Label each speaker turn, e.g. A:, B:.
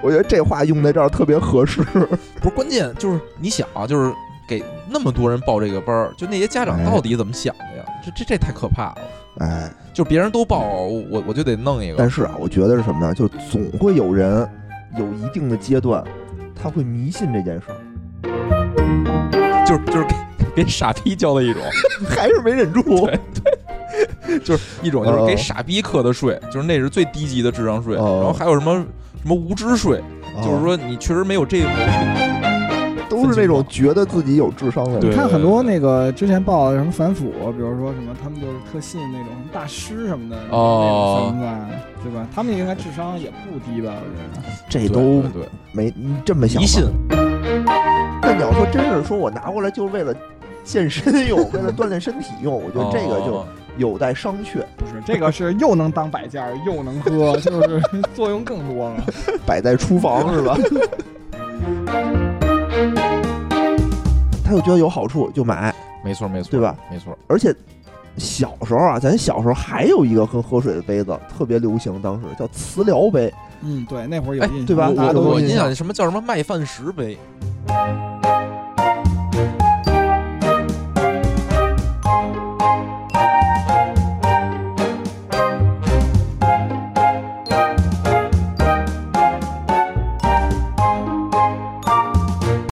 A: 我觉得这话用在这儿特别合适。
B: 不是关键，就是你想啊，就是给那么多人报这个班儿，就那些家长到底怎么想的呀？这这这太可怕了！
A: 哎，
B: 就别人都报，我我就得弄一个。
A: 但是啊，我觉得是什么呢？就总会有人有一定的阶段，他会迷信这件事儿，
B: 就是就是给给傻逼交的一 种，
A: 还是没忍住。
B: 就是一种就是给傻逼课的税，就是那是最低级的智商税。然
A: 哦
B: 后还有什么什么无知税，就是
A: 啊
B: 说你确实没有这个。
A: 都是那种觉得自己有智商的
B: 对
A: 人
C: 你看很多那个之前报的什么反腐，比如说什么，他们就是特信那种什么大师什么的
B: 哦
C: 那种存在，对吧？他们应该智商也不低吧？我觉得。
A: 这都
B: 对对
A: 没你这么
B: 对
A: 想吧
B: 迷信。
A: 但你要说真是说我拿过来就是为了健身用，为了锻炼身体用，我觉得这个就
B: 哦
A: 有待商榷，
C: 不是，这个是又能当摆件儿，又 能喝，就是作用更多了。
A: 摆在厨房 是吧？他就觉得有好处就买，
B: 没错没错，
A: 对吧？
B: 没错，
A: 而且小时候啊，咱小时候还有一个跟喝水的杯子特别流行，当时叫磁疗杯，
C: 嗯，对，那会儿有
B: 哎
C: 印象，
A: 对吧
B: 我
A: 大家
B: 我
A: 都有
B: 我
A: 印
B: 印
A: 象
B: 象里什么叫什么麦饭石杯，